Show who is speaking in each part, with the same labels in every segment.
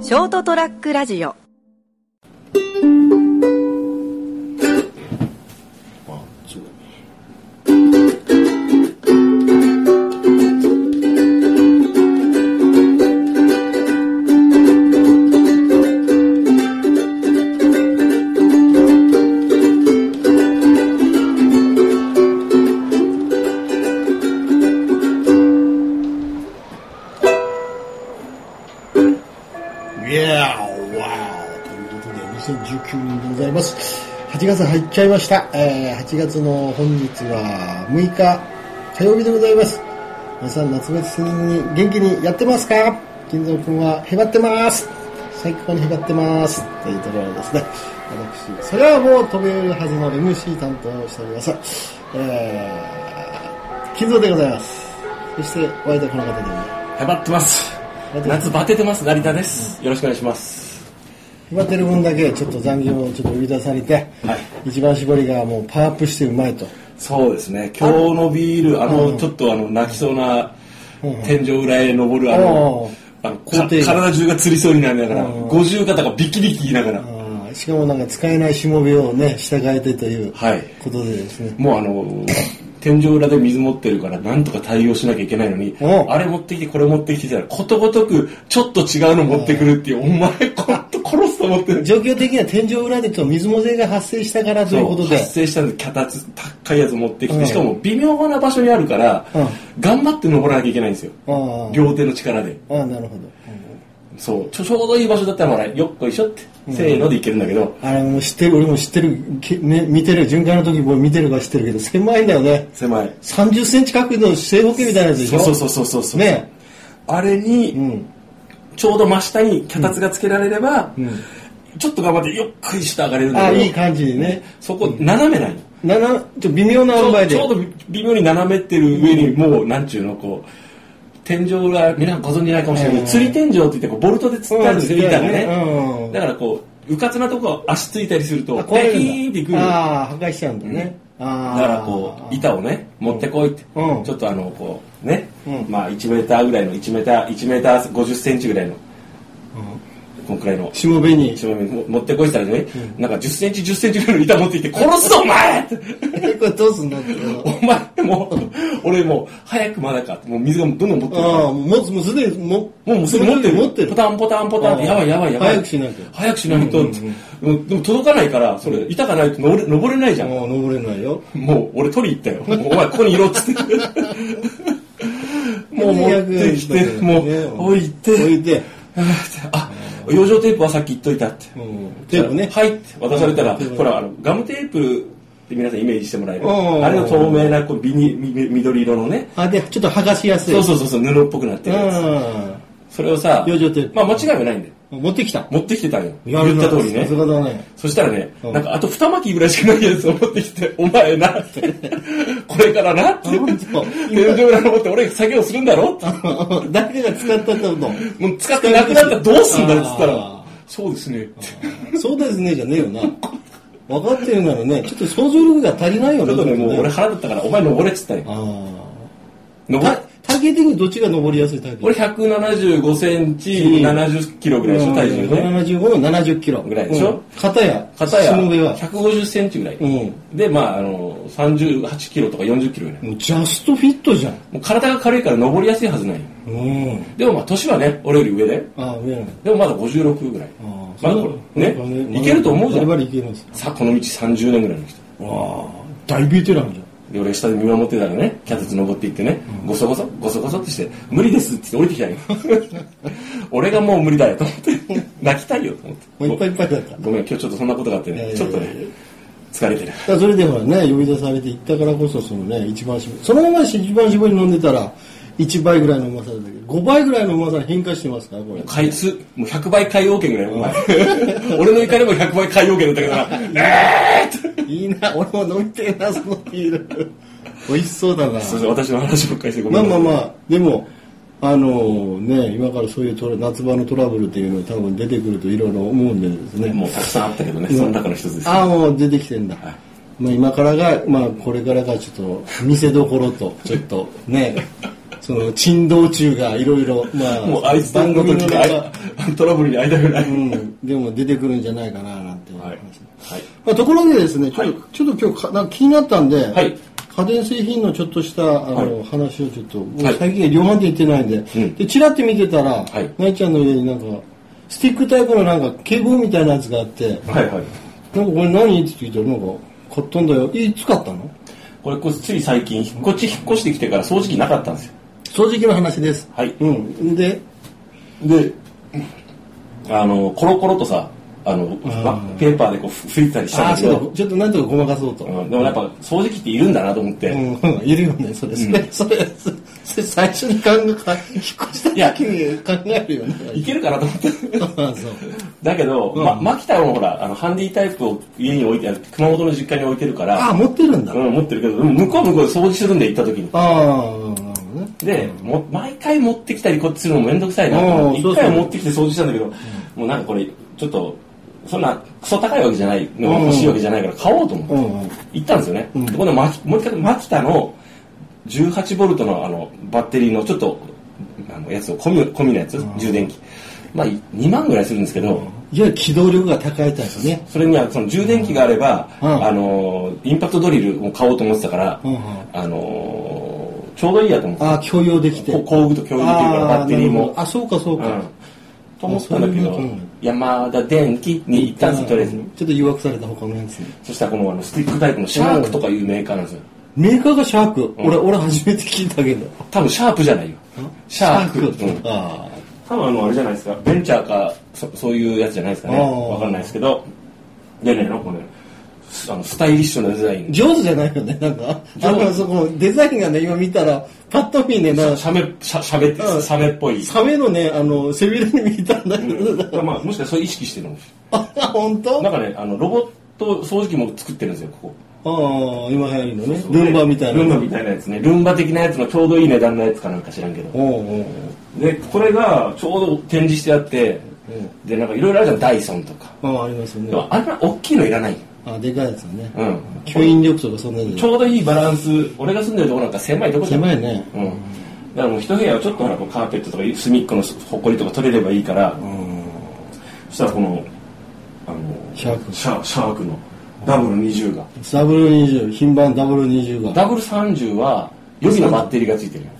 Speaker 1: ショートトラックラジオ
Speaker 2: あそういやーわーということで2019年でございます8月入っちゃいました、えー、8月の本日は6日火曜日でございます皆さん夏別に元気にやってますか金蔵君はへばってます最高にへばってますというところですね私それはもう飛べるはずの MC 担当をしております、えー、金蔵でございますそしてお相手はこの方でございます
Speaker 3: へばってます。夏バテてます、成田です。よろしくお願いします。
Speaker 2: 決まってる分だけちょっと残業をちょっと売り出されて、
Speaker 3: はい
Speaker 2: 一番搾りがもうパワーアップしてうまいと
Speaker 3: そうですね、今日のビール、あの、ちょっとあの、泣きそうな、天井裏へ登る、あの、あのこ
Speaker 2: 家庭が
Speaker 3: 体中がつりそうになりながら、
Speaker 2: うん
Speaker 3: 五十肩がビキビキ言いながら、
Speaker 2: あーしかもなんか使えないしもべをね従えてという
Speaker 3: はい
Speaker 2: ことでですね、
Speaker 3: もうあの、天井裏で水持ってるから、なんとか対応しなきゃいけないのに、
Speaker 2: うん
Speaker 3: あれ持ってきて、これ持ってきてたら、ことごとく、ちょっと違うの持ってくるっていう、お前、こんと殺すと思ってる。
Speaker 2: 状況的には天井裏でちょっと水もぜが発生したからということで
Speaker 3: 発生したんで脚立高いやつ持ってきて、
Speaker 2: うん
Speaker 3: しかも微妙な場所にあるから、
Speaker 2: う
Speaker 3: 頑張って登らなきゃいけないんですよ、
Speaker 2: あー
Speaker 3: 両手の力で
Speaker 2: あーなるほど
Speaker 3: そうちょちょうどいい場所だったらほらよっこいしょって、せーのでいけるんだけど
Speaker 2: あれもう知ってる俺も知ってる、けね、見てる巡回の時も見てるから知ってるけど狭いんだよね
Speaker 3: 狭い
Speaker 2: 3 0センチ角の正方形みたいなやつでし
Speaker 3: そ
Speaker 2: ょ
Speaker 3: うそうそうそうそうそう
Speaker 2: ね
Speaker 3: あれに、
Speaker 2: うん
Speaker 3: ちょうど真下に脚立がつけられれば、ちょっと頑張ってよっこいして上がれるん
Speaker 2: あ
Speaker 3: だ
Speaker 2: あ
Speaker 3: けど
Speaker 2: いい感じでね
Speaker 3: そこ斜めないの
Speaker 2: ななちょっと微妙な
Speaker 3: ち
Speaker 2: 塩
Speaker 3: ょ
Speaker 2: 梅
Speaker 3: ち
Speaker 2: で
Speaker 3: ょうど微妙に斜めってる上にもう、なんちゅうのこう天井が皆さんご存じないかもしれないけど、
Speaker 2: うん
Speaker 3: 釣り天井って言ってこうボルトで釣ってあるんですよ、
Speaker 2: うん
Speaker 3: 板がね、
Speaker 2: うん
Speaker 3: だからこううかつなとこは足ついたりすると
Speaker 2: あ
Speaker 3: ペキ
Speaker 2: 壊れるんだ
Speaker 3: ーンってくるだ
Speaker 2: ああ破壊しちゃうんだね、ああ
Speaker 3: からこう板をね持ってこいって、
Speaker 2: うん
Speaker 3: ちょっとあのこうね、
Speaker 2: うん
Speaker 3: まあ1メーターぐらいの1メーター1メーター50センチぐらいの、こんくらいの
Speaker 2: しもべに
Speaker 3: 一番上に持ってこいって言ったらね、なんか10センチ10センチぐらいの板持ってきて殺すぞお前って
Speaker 2: えこれどうすんのっていうの
Speaker 3: お前もう、俺もう、早くまだか。もう水がどんどん持ってるから。
Speaker 2: ああもうもうすでにも
Speaker 3: もうすぐ持ってる。
Speaker 2: 持ってる
Speaker 3: ポタンポタンポタンって。
Speaker 2: あ
Speaker 3: や
Speaker 2: あ
Speaker 3: ばいやばいやばい。
Speaker 2: 早くしないと
Speaker 3: 早くしないと。うんでも届かないから、それ、板がないと登れ登れないじゃん。
Speaker 2: もう登れないよ
Speaker 3: もう、俺取り行ったよ。もうお前、ここにいろっつって。もう持ってきて、もう、置いて。
Speaker 2: 置いて、
Speaker 3: あーあ、養生テープはさっき言っといたって。
Speaker 2: うん、テープね
Speaker 3: はいって渡されたら、
Speaker 2: うん
Speaker 3: ほらあのガムテープって皆さんイメージしてもらえる
Speaker 2: うん
Speaker 3: あれの透明なこうビニみみ緑色のね
Speaker 2: あでちょっと剥がしやすい
Speaker 3: そうそうそうそう布っぽくなってるや
Speaker 2: う
Speaker 3: つそれをさ
Speaker 2: 養生テープ
Speaker 3: まあ間違いはないんだよ
Speaker 2: ん持ってきた
Speaker 3: 持ってきてたんよ言った通り
Speaker 2: さ
Speaker 3: ね
Speaker 2: すがだね
Speaker 3: そしたらね、
Speaker 2: うん
Speaker 3: なんかあと二巻きぐらいしかないやつを持ってきて、 お前 なって、これからなって、
Speaker 2: 本当
Speaker 3: 天井裏の持って俺が作業するんだろって、
Speaker 2: 誰が使ったと 思
Speaker 3: もう使ってなくなったらどうすんだよっつった
Speaker 2: あ
Speaker 3: ら、そうですねって、
Speaker 2: うそうですねじゃねえよな分かってるならねちょっと想像力が足りないよ
Speaker 3: ちょ
Speaker 2: ね
Speaker 3: っとね、もう俺
Speaker 2: あ
Speaker 3: 腹だったから、お前登れっつったんよ。
Speaker 2: あ
Speaker 3: 登
Speaker 2: た
Speaker 3: れ
Speaker 2: 体型的にどっちが登りやすいタイプ
Speaker 3: 俺175センチ、70キロぐらいでしょ、体重ね。
Speaker 2: 75の70キロ
Speaker 3: ぐらいでしょ
Speaker 2: うん片や
Speaker 3: 片や
Speaker 2: しもべは
Speaker 3: 150センチぐらい。
Speaker 2: う
Speaker 3: で、まあ、あの、38キロとか40キロぐらい。
Speaker 2: もうジャストフィットじゃん
Speaker 3: もう体が軽いから登りやすいはずない。
Speaker 2: うん
Speaker 3: でもまあ、年はね、俺より上で。
Speaker 2: ああ上なの
Speaker 3: でもまだ56ぐらい。
Speaker 2: ああ
Speaker 3: まだ
Speaker 2: そ
Speaker 3: こ
Speaker 2: う
Speaker 3: れ、
Speaker 2: そう
Speaker 3: ね、いけると思うじゃ
Speaker 2: バ
Speaker 3: ん。
Speaker 2: リバリいけます
Speaker 3: さあ、この道30年ぐらいの人。
Speaker 2: わあ大ベテランじゃん
Speaker 3: で、俺下で見守ってたらね、キャベツ登っていってね、ごそごそ、ごそごそってして、無理ですって言って降りてきたんよ。 俺がもう無理だよと 思って、泣きたいよと思っ
Speaker 2: も
Speaker 3: て。
Speaker 2: ういっぱいいっぱいだっただか
Speaker 3: ごめん、今日ちょっとそんなことがあって
Speaker 2: いやいや
Speaker 3: ね、
Speaker 2: いや
Speaker 3: ちょっとね、疲れてる。
Speaker 2: らそれでほらね呼び出されて行ったからこそそのね一番絞りそのまま一番絞り飲んでたら1倍ぐらいのうまさだけど5倍ぐらいのうまさに変化してますからこれ
Speaker 3: 回数、もう100倍海洋圏ぐらい、お前。 俺の怒りも100倍海洋圏だったけどな、えーって。
Speaker 2: いいな俺も飲みてえなそのビール美味しそうだな
Speaker 3: すいません私の話ばっかりしてご
Speaker 2: ま
Speaker 3: め
Speaker 2: あ
Speaker 3: ん
Speaker 2: まあ
Speaker 3: なさい。
Speaker 2: まあでもあのね今からそういうトラ夏場のトラブルっていうのが多分出てくるといろいろ思うんでですね
Speaker 3: もうたくさんあったけどね、その中の一つです。
Speaker 2: ああもう出てきてんだ、まあ今からがまあこれからがちょっと見せどころとちょっとねその、珍道中がいろいろ、まあ、
Speaker 3: もうあいつ番組の
Speaker 2: 番組の中
Speaker 3: 中トラブルに会いたくない。
Speaker 2: うん、でも出てくるんじゃないかな、なんて思
Speaker 3: はいい
Speaker 2: ますね。
Speaker 3: はい
Speaker 2: まあ、ところでですね、ちょっと,、
Speaker 3: はい
Speaker 2: ちょっと今日かなんか気になったんで、
Speaker 3: はい
Speaker 2: 家電製品のちょっとしたあの、
Speaker 3: は
Speaker 2: 話をちょっと、もう
Speaker 3: はい
Speaker 2: 最近量販店行ってないんで、
Speaker 3: ん
Speaker 2: で、チラって見てたら、
Speaker 3: はい
Speaker 2: な、いちゃんの家になんか、スティックタイプのなんか、警棒みたいなやつがあって、なんか
Speaker 3: はいはい。
Speaker 2: これ何って聞いたら、なんか、買ったんだよ。いつ買ったの
Speaker 3: これこつい最近、こっち引っ越してきてから掃除機なかったんですよ。
Speaker 2: 掃除機の話です。
Speaker 3: はい
Speaker 2: うん。で、
Speaker 3: で、あの、コロコロとさ、あの、
Speaker 2: あー
Speaker 3: ペーパーでこうふ拭いたりし
Speaker 2: あ
Speaker 3: たん
Speaker 2: あ、
Speaker 3: だけ
Speaker 2: そうだ
Speaker 3: ど、、
Speaker 2: ちょっとなんとかごまかそうと。
Speaker 3: うんでもやっぱ掃除機っているんだなと思って、
Speaker 2: うん、いるよね、それ、それ、それ、それそれ最初に考え、引っ越した時に考えるよ
Speaker 3: い
Speaker 2: ね。
Speaker 3: けるかなと思って。
Speaker 2: あ そう。
Speaker 3: だけど、ま、マキタのほら、あの、ハンディタイプを家に置いてある、熊本の実家に置いてるか
Speaker 2: あ
Speaker 3: ら、
Speaker 2: 持ってるんだ。
Speaker 3: うん、持ってるけど、でも向こうは向こうで掃除するんで行った時に。
Speaker 2: ああ、なるほどね。
Speaker 3: で、も毎回持ってきたりこっちするのもめんどくさいなと思って
Speaker 2: うん
Speaker 3: 一回
Speaker 2: そうそう
Speaker 3: 持ってきて掃除したんだけど、もうなんかこれ、ちょっと、そんなクソ高いわけじゃない、のが欲しいわけじゃないから買おうと思って
Speaker 2: うんうん。
Speaker 3: 行ったんですよね。
Speaker 2: うん
Speaker 3: で、このマキもう一回、マキタの18ボルトのあのバッテリーのちょっと、あのやつを、込み込みのやつ、充電器。まあ、2万ぐらいするんですけど、
Speaker 2: いわゆる機動力が高いタイプね。
Speaker 3: それにはその充電器があれば、
Speaker 2: うん
Speaker 3: あのーインパクトドリルを買おうと思ってたから、
Speaker 2: うんうん
Speaker 3: あのーちょうどいいやと思って
Speaker 2: ああ、共用できて。
Speaker 3: こ工具と共有できるから
Speaker 2: あ
Speaker 3: バッテリーも
Speaker 2: なるほどあ、そうか、そうか。
Speaker 3: うんと思ったんだけ
Speaker 2: あ
Speaker 3: ど
Speaker 2: そういうことなんだ
Speaker 3: 山田電機に行ったんですよとりあえず
Speaker 2: ちょっと誘惑された他のやつに。
Speaker 3: そしたらこのあのスティックタイプのシャークとかいうメーカーなんですよ
Speaker 2: メーカーがシャーク。俺、俺初めて聞いたけど。
Speaker 3: 多分シャープじゃないよシャークうん
Speaker 2: あ
Speaker 3: 多分あのあれじゃないですかベンチャーかそそういうやつじゃないですかね
Speaker 2: あー
Speaker 3: わかんないですけどでねなんかねすあのスタイリッシュなデザイ
Speaker 2: あ。
Speaker 3: ン
Speaker 2: 上手じゃないよね、なんか。
Speaker 3: 上
Speaker 2: あ
Speaker 3: 手
Speaker 2: の、そこ、デザインがね、今見たら、パッと見ね、なんか
Speaker 3: サメササメって
Speaker 2: うん
Speaker 3: サメっぽい、
Speaker 2: サメのね、あの、背びれに見たんだけど、
Speaker 3: うん まあ、もしかしたらそういう意識してるのかもしれ
Speaker 2: あ、本当？あ
Speaker 3: ないなんかねあのロボット掃除機も作ってるんですよここ
Speaker 2: あ、今流行りのね、ルンバみたいな。
Speaker 3: ルンバみたいなやつねルンバ的なやつのちょうどいい値段のやつかなんか知らんけど
Speaker 2: おうおうおう
Speaker 3: でこれがちょうど展示してあって、でなんかいろいろあるじゃんダイソンとか
Speaker 2: ああ、ありますよ
Speaker 3: で
Speaker 2: ね。
Speaker 3: もあんな大きいのいらないよ
Speaker 2: あでかいやつはね。
Speaker 3: うん
Speaker 2: 吸引力とかそんな
Speaker 3: ちょうどいいバランス俺が住んでるとこなんか狭いとこじゃん
Speaker 2: 狭いね。
Speaker 3: うんだからもう一部屋をちょっとほらこうカーペットとか隅っこのほこりとか取れればいいから、そしたらこのあの
Speaker 2: シャーク
Speaker 3: シャシャークのダブル20が
Speaker 2: ダブル20、品番ダブル20が。
Speaker 3: ダブル30は予備のバッテリーがついてるよ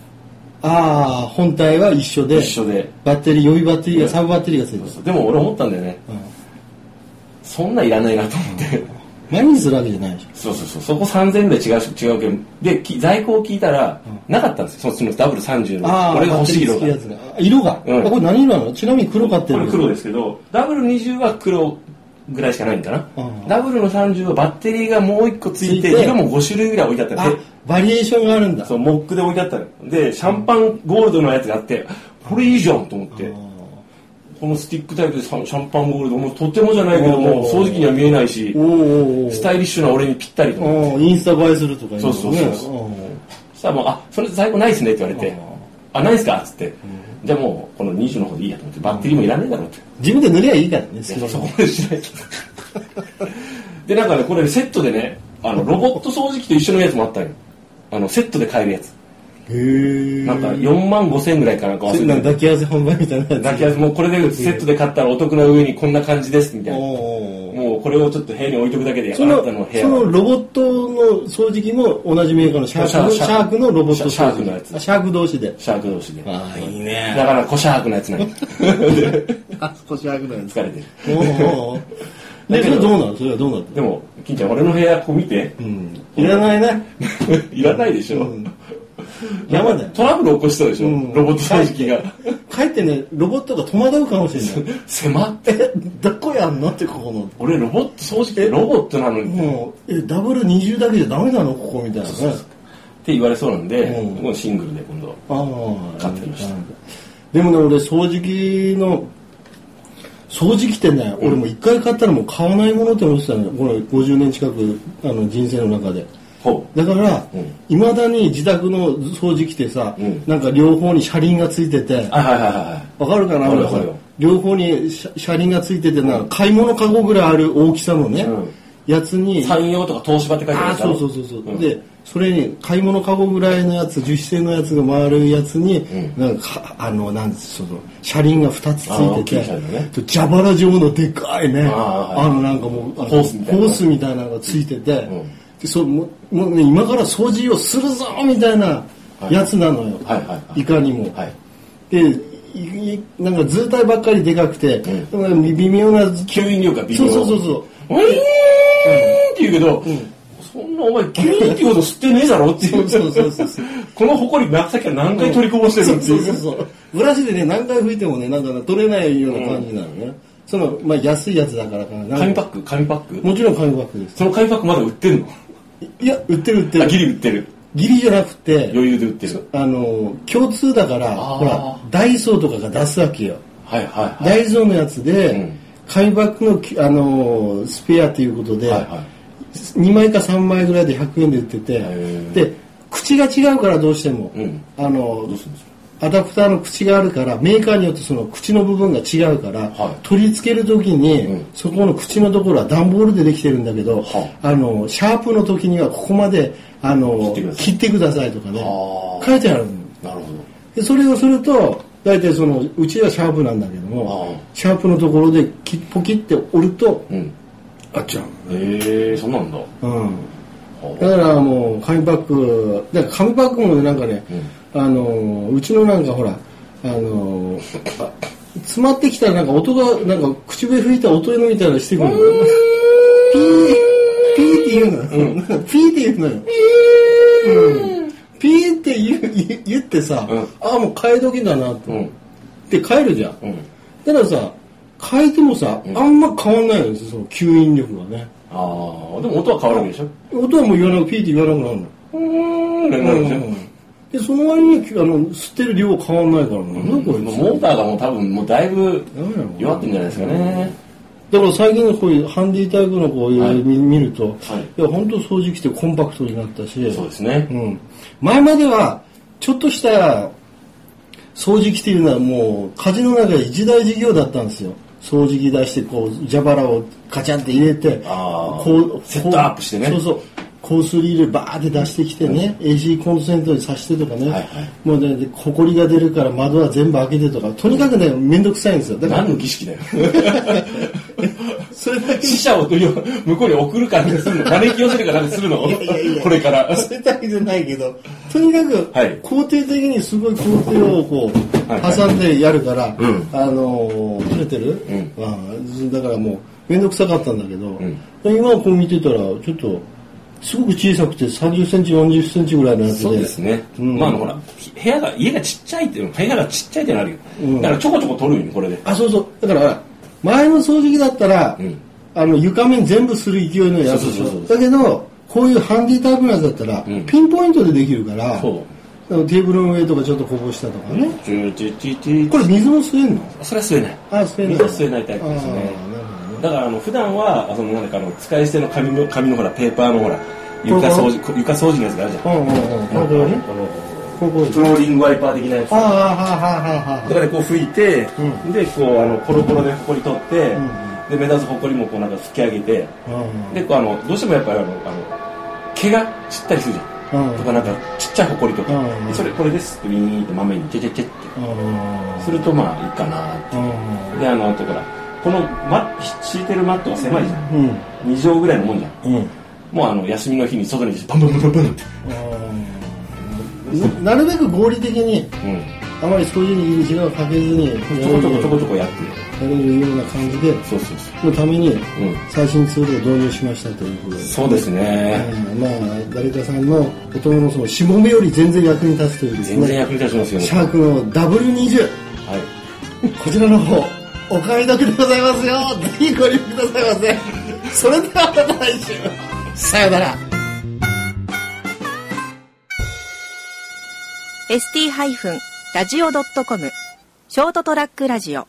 Speaker 2: ああ、本体は一緒で、
Speaker 3: 一緒で
Speaker 2: バッテリー、予備バッテリー
Speaker 3: う
Speaker 2: が、
Speaker 3: ん
Speaker 2: サブバッテリーがついてる。
Speaker 3: でも俺思ったんだよね
Speaker 2: うん
Speaker 3: そんないらないなと思って
Speaker 2: 毎日するわけじゃないでしょ。
Speaker 3: そうそうそう、そこ3000円で違うし、違うけど、で、き在庫を聞いたら、なかったんですよ、そのダブル30
Speaker 2: あ
Speaker 3: の。
Speaker 2: あ、
Speaker 3: 俺が欲しい色
Speaker 2: バッ。テ
Speaker 3: が
Speaker 2: リー付きやつが。あ色が。
Speaker 3: うん
Speaker 2: あこれ何色なのちなみに黒買って
Speaker 3: こ
Speaker 2: る
Speaker 3: れ
Speaker 2: けど
Speaker 3: 黒ですけど、ダブル20は黒ぐらいしかないんかな。
Speaker 2: うん
Speaker 3: ダブルの30はバッテリーがもう一個ついて、
Speaker 2: ついて
Speaker 3: 色も5種類ぐらい置いてあった
Speaker 2: あ
Speaker 3: ので、、
Speaker 2: バリエーションがあるんだ。
Speaker 3: そう、モックで置いてあったの。で、シャンパンゴールドのやつがあって、これいいじゃんと思って。このスティックタイプでシャンシャンパンゴールド、もうとてもじゃないけども、
Speaker 2: おー
Speaker 3: 掃除機には見えないし
Speaker 2: お、うおうおう
Speaker 3: スタイリッシュな俺にぴったりと思って。
Speaker 2: うんインスタ映えするとかいのね
Speaker 3: そうそうそう
Speaker 2: うん
Speaker 3: そしたらもう、あ、それ在庫ないですねって言われて、あ、ないですかっつって、じゃあもう、この20の方でいいやと思って、バッテリーもいらねえだろうって。
Speaker 2: 自分で塗りゃいいからね、
Speaker 3: でそ
Speaker 2: 好
Speaker 3: こまでしないと。で、なんかね、これセットでね、あの、ロボット掃除機と一緒のやつもあったんよ。あの、セットで買えるやつ。
Speaker 2: きへえ。
Speaker 3: なんか、4万5千ぐらいかなんか忘れて
Speaker 2: なん
Speaker 3: る
Speaker 2: か抱き合わせ販売みたいなやつ。
Speaker 3: だけもうこれでセットで買ったらお得な上にこんな感じです、みたいな。
Speaker 2: おうおう
Speaker 3: もうこれをちょっと部屋に置いとくだけで、あ
Speaker 2: そ
Speaker 3: な
Speaker 2: の
Speaker 3: たの部屋
Speaker 2: そのロボットの掃除機も同じメーカーのシャークの
Speaker 3: シ
Speaker 2: シ
Speaker 3: ャー
Speaker 2: ャー
Speaker 3: ク
Speaker 2: クのロボット掃除機
Speaker 3: シャークのやつ
Speaker 2: あシャーク同士で
Speaker 3: シャーク同士で。だ
Speaker 2: ああいいね
Speaker 3: から、小シャークのやつなんよ
Speaker 2: あそこシャークのや
Speaker 3: 疲れてる。
Speaker 2: おうおうおうでそれどうなのそれはどうなの
Speaker 3: でも、金ちゃん、俺の部屋、こう見て。
Speaker 2: うんいらないね
Speaker 3: いらないでしょ、
Speaker 2: うん山だよ
Speaker 3: トラブル起こしたでしょ、
Speaker 2: うん
Speaker 3: ロボット掃除機が
Speaker 2: かえってねロボットが戸惑うかもしれない
Speaker 3: 狭っ
Speaker 2: えどこやんのってここの
Speaker 3: 俺ロボット掃除機ってロボットなのに、っ
Speaker 2: もうえダブル20だけじゃダメなのここみたいなね
Speaker 3: て言われそうなんで、
Speaker 2: うん
Speaker 3: もうシングルで今度
Speaker 2: ああ
Speaker 3: 買ってきました
Speaker 2: でもね俺掃除機の掃除機ってね、俺も一回買ったらもう買わないものって思ってたのよこれ50年近くあの人生の中で
Speaker 3: ほう
Speaker 2: だから
Speaker 3: うん
Speaker 2: いま、未だに自宅の掃除機ってさ、
Speaker 3: うん
Speaker 2: なんか両方に車輪がついてて
Speaker 3: あはいはいはいはい
Speaker 2: わかるかな
Speaker 3: わか
Speaker 2: 皆さ
Speaker 3: る
Speaker 2: ん
Speaker 3: わかるよ
Speaker 2: 両方に車車輪がついててな買い物かごぐらいある大きさのね、
Speaker 3: うん
Speaker 2: やつに
Speaker 3: 山陽とか東芝って書いてある
Speaker 2: あ
Speaker 3: や
Speaker 2: あ
Speaker 3: つだろ
Speaker 2: そうそうそうそう、
Speaker 3: ん
Speaker 2: でそれに買い物かごぐらいのやつ樹脂製のやつが丸いやつに、なんかかあのなんその車輪が2つつ
Speaker 3: あー
Speaker 2: い
Speaker 3: 大き
Speaker 2: て
Speaker 3: い車輪だね
Speaker 2: て、蛇腹状のでかいね
Speaker 3: あーはい
Speaker 2: あのなんかもうあの
Speaker 3: ホースみたいな
Speaker 2: ホースみたいなのがついてて、
Speaker 3: ん
Speaker 2: でそうもうもうね、今から掃除をするぞみたいなやつなのよ、
Speaker 3: はいはいはいはい
Speaker 2: いかにも。
Speaker 3: はい
Speaker 2: でいいなんか図体ばっかりでかくて、
Speaker 3: う
Speaker 2: 微妙な
Speaker 3: 吸引力が微妙
Speaker 2: そうそうそうそう
Speaker 3: ウィーンって言うけど、そんなお前吸引ってこと吸ってねえだろっていう
Speaker 2: そうそうそうそう
Speaker 3: この埃なさっきは何回取りこぼしてるって
Speaker 2: そ
Speaker 3: いう
Speaker 2: そう
Speaker 3: う
Speaker 2: そうブラシでね何回拭いてもねなんか取れないような感じなのね、そのまあ安いやつだからかな
Speaker 3: 紙パック紙パック
Speaker 2: もちろん紙パックです
Speaker 3: その紙パックまだ売ってるの
Speaker 2: いや売ってる売って
Speaker 3: あ
Speaker 2: る
Speaker 3: ギリ売ってる
Speaker 2: ギリじゃなくて
Speaker 3: 余裕で売ってる
Speaker 2: あの共通だから
Speaker 3: あー
Speaker 2: ほらダイソーとかが出すわけよ
Speaker 3: はいはいはい
Speaker 2: ダイソーのやつ
Speaker 3: う
Speaker 2: で
Speaker 3: ん
Speaker 2: 紙パックのきあのスペアということで、
Speaker 3: はいはい
Speaker 2: 2枚か3枚ぐらいで100円で売ってて
Speaker 3: ー
Speaker 2: で口が違うからどうしても、
Speaker 3: うん
Speaker 2: あの
Speaker 3: どうするんですか
Speaker 2: アダプターの口があるからメーカーによってその口の部分が違うから、
Speaker 3: はい
Speaker 2: 取り付ける時に、
Speaker 3: うん
Speaker 2: そこの口のところは段ボールでできてるんだけど、
Speaker 3: は
Speaker 2: あのシャープの時にはここまであの
Speaker 3: 切ってください
Speaker 2: 切ってくださいとかね
Speaker 3: あー
Speaker 2: 書いてあるの
Speaker 3: なるほど
Speaker 2: でそれをすると大体そのうちはシャープなんだけど
Speaker 3: あー
Speaker 2: もシャープのところできポキって折ると
Speaker 3: うん
Speaker 2: あっちゃ
Speaker 3: へえそうなんだ
Speaker 2: う、うん、だか
Speaker 3: は
Speaker 2: らもう紙パックだから紙パックもねなんかね、うあのうちのなんかほらあのあ詰まってきたらなんか音がなんか口笛吹いた音のみたいなのしてくるのピーピーって言うのよ、ピーって言うのよ、うんピーって言う言言ってさ、
Speaker 3: うん
Speaker 2: ああもう替え時だなと
Speaker 3: う
Speaker 2: 思っ
Speaker 3: ん
Speaker 2: て帰るじゃん、
Speaker 3: うん
Speaker 2: だからさ変えてもさ、あんま変わんないのよその吸引力がね
Speaker 3: ああでも音は変わるわけでしょ
Speaker 2: 音はもう言わなくピーって言わなくなるの
Speaker 3: うーんなるでしょ
Speaker 2: でその割にあの吸ってる量変わんないからななんだこれ
Speaker 3: モーターがもう多分もうだいぶ弱ってんじゃないですかね
Speaker 2: だから最近のこういうハンディタイプのこういう、
Speaker 3: はい
Speaker 2: 見見ると、
Speaker 3: はい
Speaker 2: い、や本当掃除機ってコンパクトになったし
Speaker 3: そうですね
Speaker 2: うん、前まではちょっとした掃除機っていうのはもう家事の中で一大事業だったんですよ掃除機出してこう蛇腹をカチャンって入れて
Speaker 3: あー
Speaker 2: こう
Speaker 3: セットアップしてね
Speaker 2: そうそうコースリールバーって出してきてね、AC コンセントに挿してとかね、
Speaker 3: はいはい
Speaker 2: もうねで埃が出るから窓は全部開けてとかとにかくね面倒くさいんですよだから
Speaker 3: 何の儀式だよ
Speaker 2: それだけ
Speaker 3: 死者を向こうに送る感じするの招き寄せるかなんかするの
Speaker 2: いやいや
Speaker 3: これ から
Speaker 2: それだけじゃないけどとにかく、
Speaker 3: はい
Speaker 2: 肯定的にすごい工程をこう、
Speaker 3: はいはい
Speaker 2: 挟んでやるから、
Speaker 3: うん
Speaker 2: あのー取れてる、
Speaker 3: う
Speaker 2: あーだからもう面倒くさかったんだけど、
Speaker 3: ん
Speaker 2: 今こう見てたらちょっとすごく小さくて3 0センチ4 0センチぐらいのやつで
Speaker 3: そうですね、
Speaker 2: うん
Speaker 3: まああのほら部屋が家がちっちゃいっていうの部屋がちっちゃいってのあるよ、
Speaker 2: うん
Speaker 3: だからちょこちょこ取るよねこれで
Speaker 2: あそうそうだからほら前の掃除機だったら、
Speaker 3: うん
Speaker 2: あの床面全部する勢いのやつでしょ
Speaker 3: そうそうそうそう
Speaker 2: だけどこういうハンディタイプのやつだったら、
Speaker 3: うん
Speaker 2: ピンポイントでできるから
Speaker 3: そう
Speaker 2: あのテーブルの上とかちょっとこぼしたとかね、
Speaker 3: チューチューチューチュー
Speaker 2: これ水も吸えんの
Speaker 3: それは吸えない
Speaker 2: あ吸えない
Speaker 3: 水は吸えないタイプですねだからあの普段はそのなんかあの使い捨ての紙の紙のほらペーパーのほら床掃除床掃除のやつがあるじゃん
Speaker 2: ああなるほどねうんうんうんこれね
Speaker 3: あの
Speaker 2: ここ
Speaker 3: フローリングワイパー的なやつ
Speaker 2: ああ
Speaker 3: だ
Speaker 2: はあはあはあはあ
Speaker 3: からこう拭いて、
Speaker 2: う
Speaker 3: でこうあのコロコロでほこり取って、
Speaker 2: ん
Speaker 3: で目立つほこりもこうなんか拭き上げて
Speaker 2: うん
Speaker 3: でこうあのどうしてもやっぱりあのあの毛が散ったりするじゃん、
Speaker 2: うん
Speaker 3: とかなんかちっちゃいほこりとか、
Speaker 2: うん
Speaker 3: でそれこれですってウィーンって豆にチェチェチェって
Speaker 2: あ
Speaker 3: するとまあいいかなって
Speaker 2: あ
Speaker 3: であのあとほらこのマ敷いてるマットが狭いじゃん、
Speaker 2: うんうん
Speaker 3: 2畳ぐらいのもんじゃん
Speaker 2: うん
Speaker 3: もうあの休みの日に外にバンバンバンバンバンって
Speaker 2: うんなるべく合理的に
Speaker 3: うん
Speaker 2: あまり掃除に時間をかけずに
Speaker 3: ちょこちょこちょこちょこやってる
Speaker 2: やれるような感じで
Speaker 3: そうそうそ
Speaker 2: のために
Speaker 3: ううん
Speaker 2: 最新ツールを導入しましたということで
Speaker 3: そうですね、
Speaker 2: うんまあ誰かさんのお友のそのしもべより全然役に立つというです
Speaker 3: 全然
Speaker 2: ね
Speaker 3: 役に立ちますよね
Speaker 2: シャークの W20
Speaker 3: はい
Speaker 2: こちらの方お買い得でございますよぜひご利用くださいませそれではまた来週さよなら
Speaker 1: ST-radio.com ショートトラックラジオ